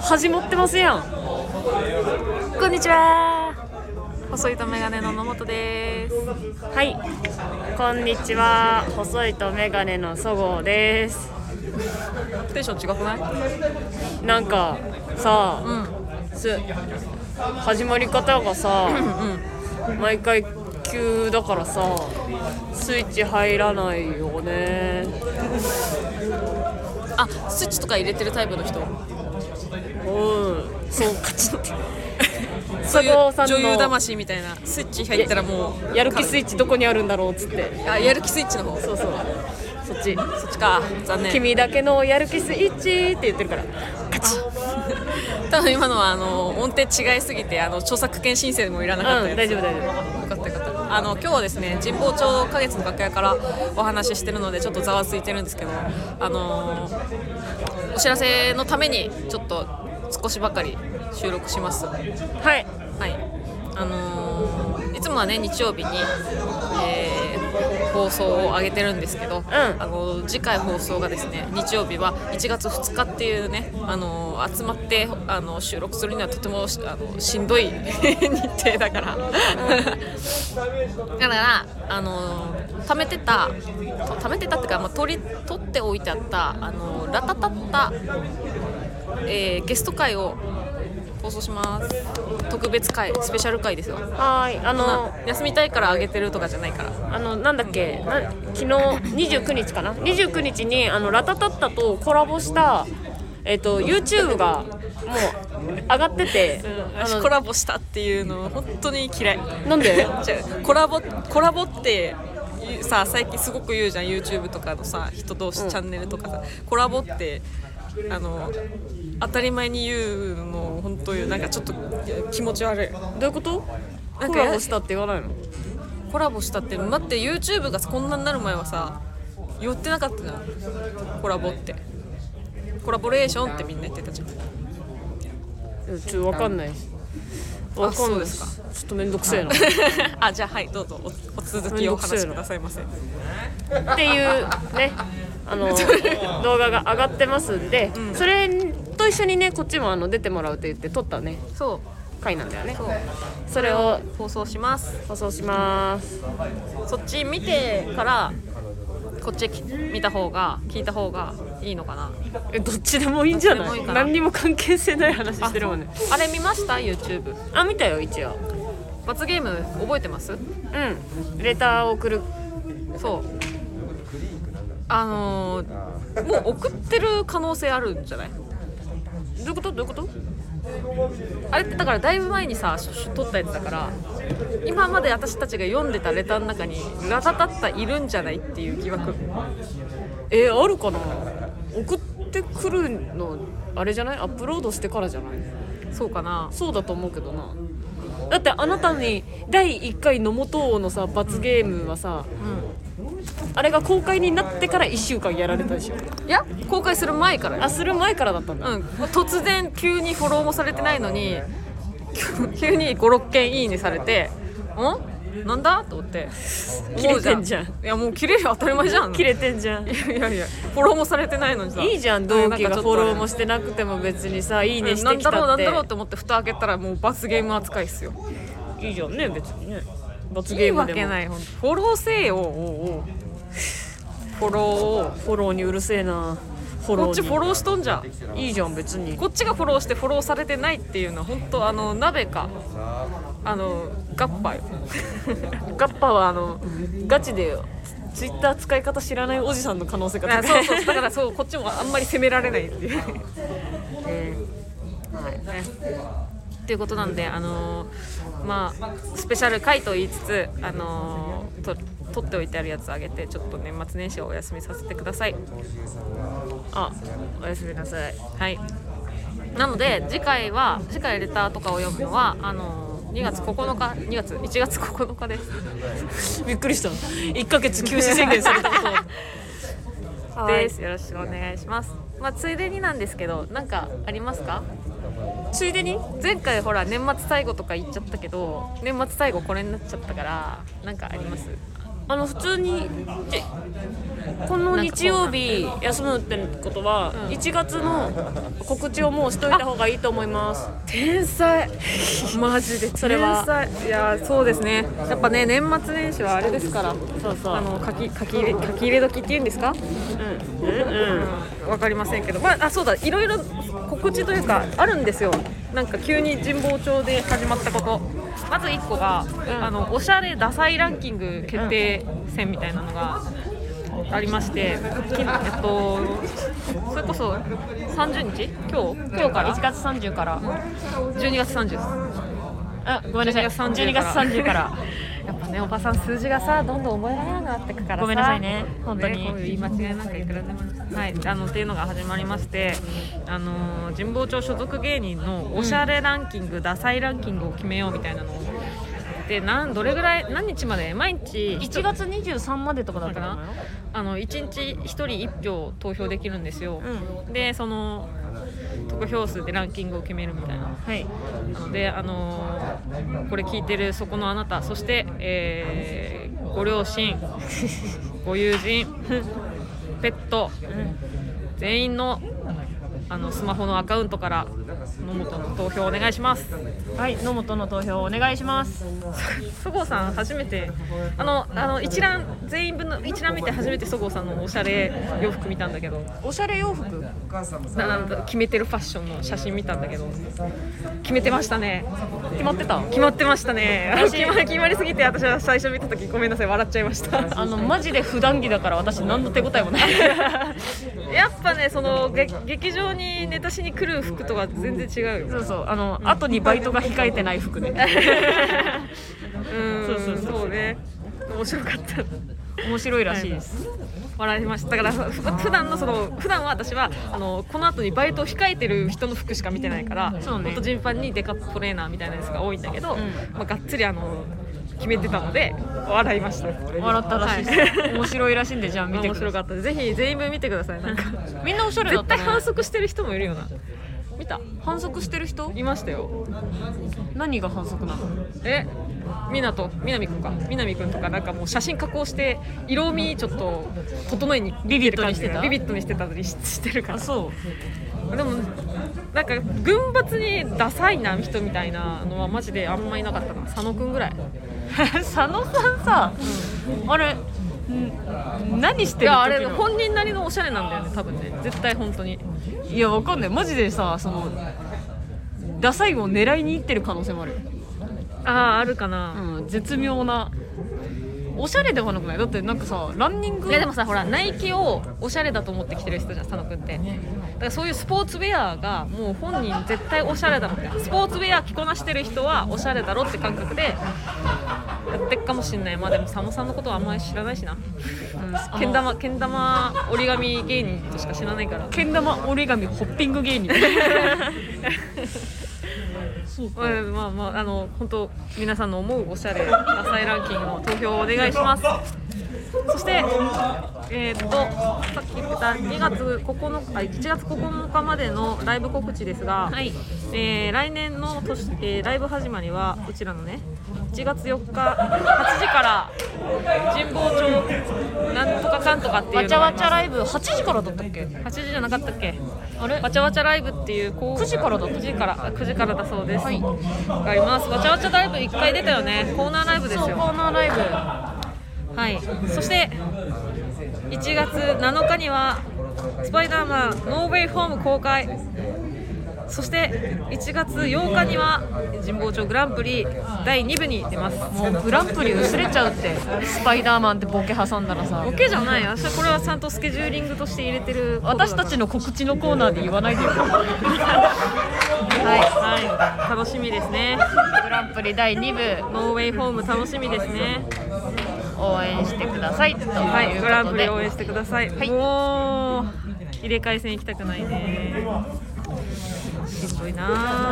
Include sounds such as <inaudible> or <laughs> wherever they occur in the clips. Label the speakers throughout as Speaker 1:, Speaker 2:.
Speaker 1: 始まってますやん
Speaker 2: こんにちは細いとメガネの野本です
Speaker 1: はいこんにちは細いとメガネのそごうです
Speaker 2: テンション違くない
Speaker 1: なんかさ
Speaker 2: うん
Speaker 1: す始まり方がさ毎回急だからさスイッチ入らないよね
Speaker 2: あスイッチとか入れてるタイプの人
Speaker 1: うんそうカチッて
Speaker 2: そういう
Speaker 1: 佐藤さんの
Speaker 2: 女優魂みたいなスイッチ入ったらもう
Speaker 1: やる気スイッチどこにあるんだろうっつって
Speaker 2: あやる気スイッチの方そ
Speaker 1: そうそうそっち
Speaker 2: っちか残念
Speaker 1: 君だけのやる気スイッチって言ってるからカチッ
Speaker 2: 多分今のはあの音程違いすぎてあの著作権申請もいらなかった
Speaker 1: う
Speaker 2: や
Speaker 1: ん
Speaker 2: つ、
Speaker 1: 大丈夫大丈夫
Speaker 2: よかったよかったあの今日はですね神保町花月の楽屋からお話ししてるのでちょっとざわついてるんですけどあのーお知らせのためにちょっと少しばかり収録しますはい
Speaker 1: はい
Speaker 2: あのーいつもはね日曜日に、えー放送を上げてるんですけど、あのー次回放送がですね日曜日は1月2日っていうね、あのー集まって、あのー収録するにはとてもしあのしんどい <laughs> 日程だからだから、あのー貯めてたと貯めてたっていうか、まあ、取り取っておいてあった、あのーラタタッタ、えーゲスト会を放送します特別会スペシャル会ですよ
Speaker 1: はーいあの
Speaker 2: な休みたいからあげてるとかじゃないから
Speaker 1: あのなんだっけな昨日29日かな29日にあのラタタッタとコラボした、えっと YouTube がもう上がってて、あ
Speaker 2: 私コ
Speaker 1: の
Speaker 2: ラボしたっていうの本当に嫌い
Speaker 1: なんで
Speaker 2: じゃあコラボコラボって言うさ最近すごく言うじゃん YouTube とかのさ人同士、チャンネルとかさコラボってあの当たり前に言うの本当になんかちょっと気持ち悪い
Speaker 1: どういうこと
Speaker 2: なんか
Speaker 1: コラボしたって言わないの
Speaker 2: コラボしたって待って YouTube がこんなになる前はさ寄ってなかったじゃんコラボってコラボレーションってみんな言ってたじゃん <laughs>
Speaker 1: うんちょっとわかんないわかんないですちょっとめんどくせえな
Speaker 2: あじゃあはいどうぞおお続きをお話しくださいませは
Speaker 1: っていうねあの動画が上がってますんで、それと一緒にねこっちもあの出てもらうって言って撮ったね
Speaker 2: そう
Speaker 1: 回なんだよね
Speaker 2: そう
Speaker 1: それを
Speaker 2: 放送します
Speaker 1: 放送します
Speaker 2: そっち見てからこっちき見た方が聞いた方がいいのかな
Speaker 1: えどっちでもいいんじゃ
Speaker 2: どっ
Speaker 1: な
Speaker 2: ちでもい
Speaker 1: い
Speaker 2: いかな
Speaker 1: 何にも関係性ない話してるもんね
Speaker 2: あれ見ました YouTube
Speaker 1: あ見たよ一応
Speaker 2: 罰ゲーム覚えてます
Speaker 1: うんレターを送る
Speaker 2: そうあのーもう送ってる可能性あるんじゃない
Speaker 1: どういうことどういうこと
Speaker 2: あれってだからだいぶ前にさしし撮ったやつだから今まで私たちが読んでたレターの中にラタタッタいるんじゃないっていう疑惑
Speaker 1: えあるかな送ってくるのあれじゃないアップロードしてからじゃない
Speaker 2: そうかな
Speaker 1: そうだと思うけどなだってあなたに第1回野本王のさ罰ゲームはさ、あれが公開になってから1週間やられたでしょ
Speaker 2: いや公開する前からよ
Speaker 1: あする前からだったんだ、
Speaker 2: うん、突然急にフォローもされてないのに急急に56件いいねされて「んなんだ?」と思って
Speaker 1: 切れてんじゃん
Speaker 2: 思ういやもう切れるよ当たり前じゃん
Speaker 1: 切れてんじゃん
Speaker 2: いやいやいやフォローもされてないのにさ
Speaker 1: いいじゃん同期がフォローも
Speaker 2: し
Speaker 1: してなくても別にさいいねし
Speaker 2: な
Speaker 1: て
Speaker 2: ん
Speaker 1: き
Speaker 2: だろう
Speaker 1: た
Speaker 2: な
Speaker 1: っ
Speaker 2: んだろう
Speaker 1: て
Speaker 2: と思って蓋開けたらもう罰ゲーム扱いっすよ
Speaker 1: いいじゃんね別にね罰
Speaker 2: い
Speaker 1: ゲ
Speaker 2: い
Speaker 1: ーム
Speaker 2: わ
Speaker 1: で
Speaker 2: け
Speaker 1: も
Speaker 2: ないほんとフォローせえよおうおうフォローを
Speaker 1: フォローにうるせえなフォローに
Speaker 2: こっちフォローしとんじゃん
Speaker 1: いいじゃん別に
Speaker 2: こっちがフォローしてフォローされてないっていうのは本当あの鍋かあのガッパよ
Speaker 1: ガッパはあのガチでツイッター使い方知らないおじさんの可能性が
Speaker 2: あ
Speaker 1: 高
Speaker 2: そう
Speaker 1: い
Speaker 2: そうだからそうこっちもあんまり責められないって <laughs> いう。はいねということなんで、あのーまあ、スペシャル回と言いつつ、あのーと取っておいてあるやつあげてちょっと年末年始はお休みさせてください。
Speaker 1: あおやすみなさい
Speaker 2: はい、なので次回は次回レターとかを読むのはあのー2月9日2月1月9日で
Speaker 1: <laughs>
Speaker 2: す。
Speaker 1: びっくりした1ヶ月休止宣言さ
Speaker 2: <laughs>
Speaker 1: れたこと
Speaker 2: で。
Speaker 1: です
Speaker 2: よろしくお願いします。まあついでになんですけど、なんかありますか？
Speaker 1: ついでに
Speaker 2: 前回ほら年末最後とか言っちゃったけど年末最後これになっちゃったからなんかあります
Speaker 1: あの普通にえこの日曜日休むってことは、
Speaker 2: うん
Speaker 1: 1月の告知をもうしといた方がいいと思います
Speaker 2: 天才マジで
Speaker 1: それは
Speaker 2: 天才いやーそうですねやっぱね年末年始はあれですから
Speaker 1: そうそう
Speaker 2: あの書き書き入れ書き入れ時っていうんですか
Speaker 1: うんうんうん
Speaker 2: わかりませんけど、まあ、あそうだいろいろ告知というかあるんですよなんか急に神保町で始まったことまず1個が、
Speaker 1: ん
Speaker 2: あのおしゃれダサいランキング決定戦みたいなのがありまして、きえっと、それこそ30日今日今日から
Speaker 1: 1月30から
Speaker 2: 12月30です
Speaker 1: あごめんなさい12
Speaker 2: 12
Speaker 1: 月
Speaker 2: 月
Speaker 1: 30
Speaker 2: 30
Speaker 1: か
Speaker 2: から
Speaker 1: <laughs>
Speaker 2: ら <laughs> やっぱねおばさん数字がさどんどん覚えられなくなってくからさ
Speaker 1: ごめんなさいね本当に
Speaker 2: こういう言い間違いなんかいくらでもはいあのっていうのが始まりましてあのー神保町所属芸人のおしゃれランキング、ダサいランキングを決めようみたいなのをでなんどれぐらい何日まで毎日
Speaker 1: 1月23までとかだったかな
Speaker 2: あの1日1人1票投票できるんですよ、
Speaker 1: う
Speaker 2: でその得票数でランキングを決めるみたいな
Speaker 1: はい
Speaker 2: なので、あのーこれ聞いてるそこのあなたそして、えーご両親 <laughs> ご友人 <laughs> ペット全員のあのスマホのアカウントから野本の投票お願いします
Speaker 1: はい野本の投票お願いします
Speaker 2: そごうさん初めてあのあの一覧全員分の一覧見て初めてそごうさんのおしゃれ洋服見たんだけど
Speaker 1: おしゃれ洋服
Speaker 2: ななんだ決めてるファッションの写真見たんだけど決めてましたね
Speaker 1: 決まってた
Speaker 2: 決まってましたね
Speaker 1: 私
Speaker 2: 決ま <laughs> 決まりすぎて私は最初見た時ごめんなさい笑っちゃいました
Speaker 1: あ
Speaker 2: <laughs>
Speaker 1: のマジで普段着だから私何の手応えもない
Speaker 2: やっぱねそのげ劇場にネタしに来る服とは全然違う
Speaker 1: そ
Speaker 2: よ
Speaker 1: うそうあの後にバイトが控えてない服ね
Speaker 2: うん
Speaker 1: そうそうそう
Speaker 2: そうね面白かった
Speaker 1: 面白いらしいです
Speaker 2: 笑いましただからふ普段のその普段は私はあのこの後にバイトを控えてる人の服しか見てないから
Speaker 1: そうね
Speaker 2: もっと頻繁にデカップトレーナーみたいなやつが多いんだけど、まあ、がっつりあの決めてたので笑いました
Speaker 1: <laughs> 笑ったらしい
Speaker 2: <laughs>
Speaker 1: です、
Speaker 2: はい
Speaker 1: <laughs> 面白いらしいんでじゃあ見て
Speaker 2: 面
Speaker 1: く
Speaker 2: 白
Speaker 1: ださ
Speaker 2: かったですぜひ全員分見てくださいなんか
Speaker 1: いみんなおしゃれだっ
Speaker 2: 絶
Speaker 1: た、
Speaker 2: 対
Speaker 1: ね、
Speaker 2: 反則してる人もいるよな見た
Speaker 1: 反則してる人
Speaker 2: いましたよ
Speaker 1: 何が反則なの <laughs>
Speaker 2: えみなとみなみくんかみなみくんとかなんかもう写真加工して色味ちょっと整えに
Speaker 1: ビビッドにしてた
Speaker 2: ビビッドにしてたりししてるか
Speaker 1: あ
Speaker 2: ら
Speaker 1: そう
Speaker 2: でもなんか群抜にダサいな人みたいなのはマジであんまいなかったな佐野くんぐらい
Speaker 1: 佐野さんさ、あれん何してる時
Speaker 2: いや
Speaker 1: の
Speaker 2: あれ本人なりのおしゃれなんだよね多分ね絶対本当に
Speaker 1: いやわかんないマジでさそのダサいを狙いにいってる可能性もあるよ、
Speaker 2: あああるかな、
Speaker 1: うん、絶妙なおしゃれではなくないだってなんかさランニング
Speaker 2: いやでもさほらナイキをおしゃれだと思ってきてる人じゃん佐野くんってだからそういうスポーツウェアがもう本人絶対おしゃれだもんねスポーツウェア着こなしてる人はおしゃれだろって感覚でやってっかもしんないまあでも佐野さんのことはあんまり知らないしな
Speaker 1: うんあの
Speaker 2: けん玉けん玉折り紙芸人としか知らないから
Speaker 1: けん玉折り紙ホッピング芸人そうか
Speaker 2: うんまあまああの本当皆さんの思うおしゃれダサいランキングの投票をお願いしますそしてえーっとさっき言ってた2月9日あ1月9日までのライブ告知ですが、
Speaker 1: はい
Speaker 2: えー来年の年、えーライブ始まりはうちらのね1月4日8時から神保町なんとかかんとかっていう
Speaker 1: わ
Speaker 2: の
Speaker 1: ちゃ
Speaker 2: があ
Speaker 1: わ
Speaker 2: り
Speaker 1: ち
Speaker 2: ます
Speaker 1: ゃライブ8時からだったっけ
Speaker 2: 8時じゃなかったっけ
Speaker 1: あれ
Speaker 2: わちゃわちゃライブっていうこう
Speaker 1: 9時からだった
Speaker 2: 9時からあ9時からだそうです、はい、ありますわちゃわちゃライブ1回出たよねコーナーライブです
Speaker 1: そうコ
Speaker 2: よ
Speaker 1: ーナーライブ
Speaker 2: はいそして1月7日にはスパイダーマンノーウェイホーム公開そして1月8日には神保町グランプリ第2部に出ます
Speaker 1: もうグランプリ薄れちゃうってスパイダーマンってボケ挟んだらさ
Speaker 2: ボケじゃないよ私はこれはちゃんとスケジューリングとして入れてることだから
Speaker 1: 私たちの告知のコーナーで言わないでよ
Speaker 2: はい、はい、楽しみですね
Speaker 1: グランプリ第2部
Speaker 2: ノーウェイホーム楽しみですね
Speaker 1: 応援してくださいということで、
Speaker 2: はい、グランプリ応援してください。
Speaker 1: はい
Speaker 2: もう入れ替え戦行きたくないね。しんどいなあ。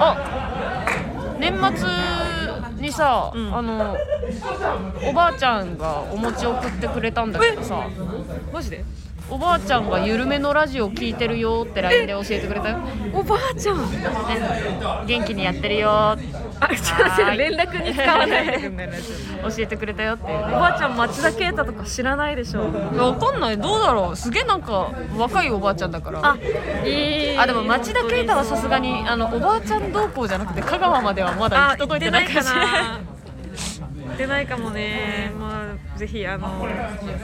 Speaker 1: あ年末にさ、
Speaker 2: うん
Speaker 1: あのおばあちゃんがお餅送ってくれたんだけどさ
Speaker 2: マジで？
Speaker 3: おばあちゃんが緩めのラジオ聞いてるよって LINE で教えてくれたよ、ね、
Speaker 2: おばあちゃんあ
Speaker 3: 元気にやってる
Speaker 2: <laughs>
Speaker 3: よ
Speaker 2: ちょっと連絡に使わない
Speaker 3: <laughs>
Speaker 2: でくんないね
Speaker 3: 教えてくれたよって
Speaker 2: おばあちゃん町田啓太とか知らないでしょ
Speaker 3: わかんないどうだろうすげえなんか若いおばあちゃんだから
Speaker 2: あ
Speaker 3: あ、
Speaker 2: え
Speaker 3: でも町田啓太はさすがにあのおばあちゃん同行じゃなくて香川まではまだ行き
Speaker 2: 行っ
Speaker 3: 届い
Speaker 2: て
Speaker 3: て
Speaker 2: な
Speaker 3: ないい
Speaker 2: か
Speaker 3: かもしれない
Speaker 2: な行ってないかもね、まあ、ぜひあの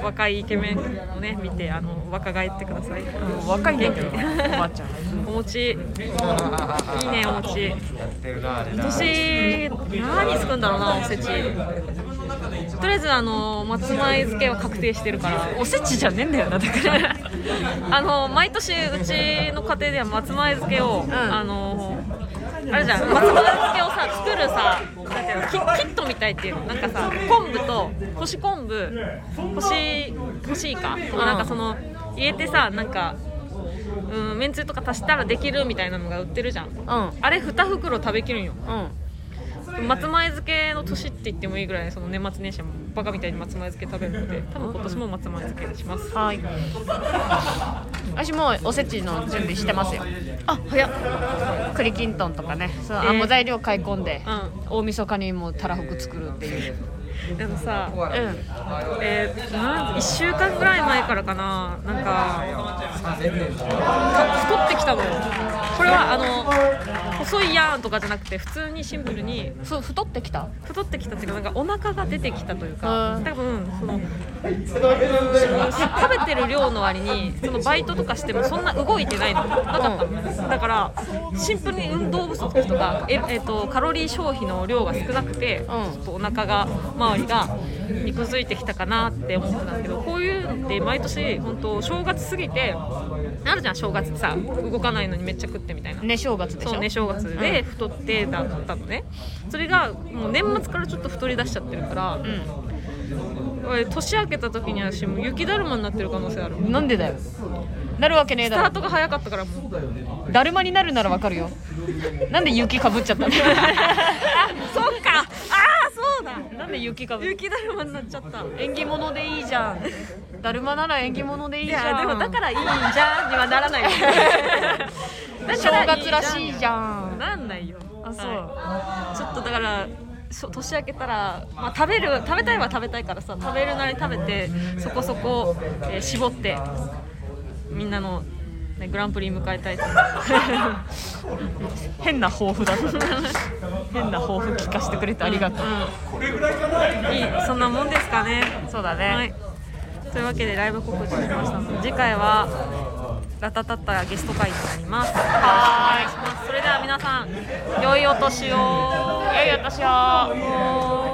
Speaker 2: 若いイケメンをね見てあの若返ってください
Speaker 3: もう若いんだけどなおばあちゃん
Speaker 2: お餅いいねお餅今年何作るんだろうなおせちとりあえずあの松前漬けは確定してるから
Speaker 3: おせちじゃねえんだよなだから
Speaker 2: <laughs> あの毎年うちの家庭では松前漬けを、あのあれじゃん松前漬けをさ作るさなんていうのキキットみたいっていうのなんかさ昆布と干し昆布干し干しイカとかなんかその入れてさなんかうんめんつゆとか足したらできるみたいなのが売ってるじゃん
Speaker 1: う
Speaker 2: あれ2袋食べきるんよ
Speaker 3: <laughs>
Speaker 1: んうん
Speaker 2: 松前漬けの年って言ってもいいぐらいその年末年始はもうバカみたいに松前漬け食べるので多分今年も松前漬けにします
Speaker 1: はい私もうおせちの準備してますよ
Speaker 2: あ早っ
Speaker 1: 栗きんとんとかねそう、
Speaker 2: えー
Speaker 1: あもう材料買い込んで、
Speaker 2: うん
Speaker 1: 大晦日にもうたらふく作るっていう
Speaker 2: でもさ、
Speaker 1: うん
Speaker 2: えー、なん1週間ぐらい前からかななんかか太ってきたのよこれはあの細いやんとかじゃなくて普通にシンプルに
Speaker 1: そう太ってきた
Speaker 2: 太ってきたっていうかなんかお腹が出てきたというか
Speaker 1: うん
Speaker 2: 多分その食べてる量の割にそのバイトとかしてもそんな動いてないのなかったのだからシンプルに運動不足とかえ、えっとカロリー消費の量が少なくて、ちょっとお腹が周りが肉づいてきたかなって思ってたんだけどこういうのって毎年本当正月過ぎてなるじゃん正月ってさ動かないのにめっちゃ食ってみたいな。
Speaker 1: ね正月でし
Speaker 2: そう
Speaker 1: ょ
Speaker 2: ね正月で太ってだったのね、それがもう年末からちょっと太り出しちゃってるから、俺年明けた時には私もう雪だるまになってる可能性ある
Speaker 1: なんでだよなるわけねえ
Speaker 2: スタ
Speaker 1: だ
Speaker 2: ートが早かったからもう
Speaker 1: ろだるまになるならわかるよなんで雪かぶっちゃったの
Speaker 2: そっかああそうだ
Speaker 1: なんで雪かぶっ
Speaker 2: 雪だるまになっちゃった
Speaker 1: 縁起物でいいじゃん
Speaker 2: <laughs>
Speaker 1: だるまなら縁起物でいい
Speaker 2: い
Speaker 1: じゃん
Speaker 2: やでもだからいいじゃんにはならない
Speaker 1: <laughs>
Speaker 2: だ
Speaker 1: 正
Speaker 2: から
Speaker 1: 月らしいじ
Speaker 2: ゃ
Speaker 1: ゃ <laughs> ん
Speaker 2: なんないよあ
Speaker 1: そう
Speaker 2: ちょっとだからしょ年明けたら、まあ、食べる食べたいは食べたいからさ食べるなり食べてそこそこ、えー絞ってみんなの、ね、グランプリ迎えたいと思います <laughs>
Speaker 1: 変な抱負だったな変な抱負聞かせてくれてありがとう、
Speaker 2: うんいいそんなもんですかね
Speaker 1: そうだね、
Speaker 2: はいというわけでライブ告知しましたので次回はラタタッタゲスト会になりますはいそれでは皆さん良いお年を
Speaker 1: いやいや私はもう